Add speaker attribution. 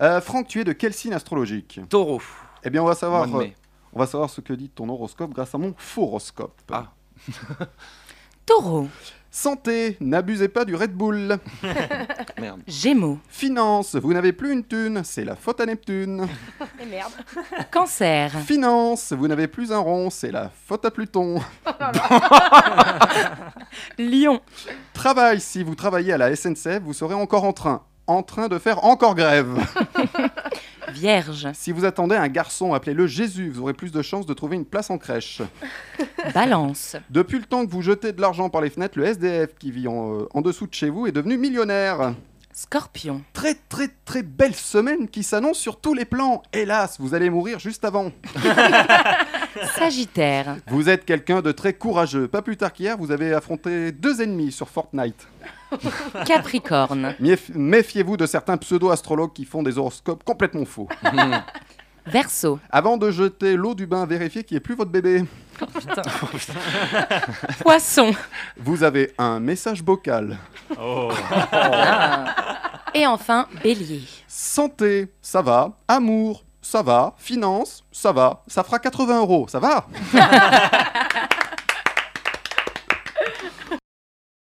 Speaker 1: Euh, Franck, tu es de quel signe astrologique
Speaker 2: Taureau.
Speaker 1: Eh bien, on va savoir.
Speaker 2: Mois de mai.
Speaker 1: euh, On va savoir ce que dit ton horoscope grâce à mon horoscope.
Speaker 2: Ah.
Speaker 3: Taureau,
Speaker 1: Santé, n'abusez pas du Red Bull.
Speaker 2: Merde.
Speaker 3: Gémeaux,
Speaker 1: Finance, vous n'avez plus une thune, c'est la faute à Neptune.
Speaker 4: Et merde.
Speaker 3: Cancer,
Speaker 1: Finance, vous n'avez plus un rond, c'est la faute à Pluton.
Speaker 3: Lion,
Speaker 1: Travail, si vous travaillez à la SNCF, vous serez encore en train. En train de faire encore grève.
Speaker 3: Vierge,
Speaker 1: Si vous attendez un garçon, appelez-le Jésus, vous aurez plus de chances de trouver une place en crèche.
Speaker 3: Balance,
Speaker 1: Depuis le temps que vous jetez de l'argent par les fenêtres, le SDF qui vit en, euh, en dessous de chez vous est devenu millionnaire.
Speaker 3: Scorpion,
Speaker 1: Très très très belle semaine qui s'annonce sur tous les plans. Hélas, vous allez mourir juste avant.
Speaker 3: Sagittaire,
Speaker 1: Vous êtes quelqu'un de très courageux. Pas plus tard qu'hier, vous avez affronté deux ennemis sur Fortnite.
Speaker 3: Capricorne,
Speaker 1: Mief- Méfiez-vous de certains pseudo-astrologues qui font des horoscopes complètement faux.
Speaker 3: Verseau,
Speaker 1: Avant de jeter l'eau du bain, vérifiez qu'il n'y ait plus votre bébé.
Speaker 3: Poisson
Speaker 1: Vous avez un message bocal.
Speaker 3: et enfin Bélier.
Speaker 1: Santé, ça va. Amour, ça va. Finance, ça va. Ça fera 80 euros, ça va.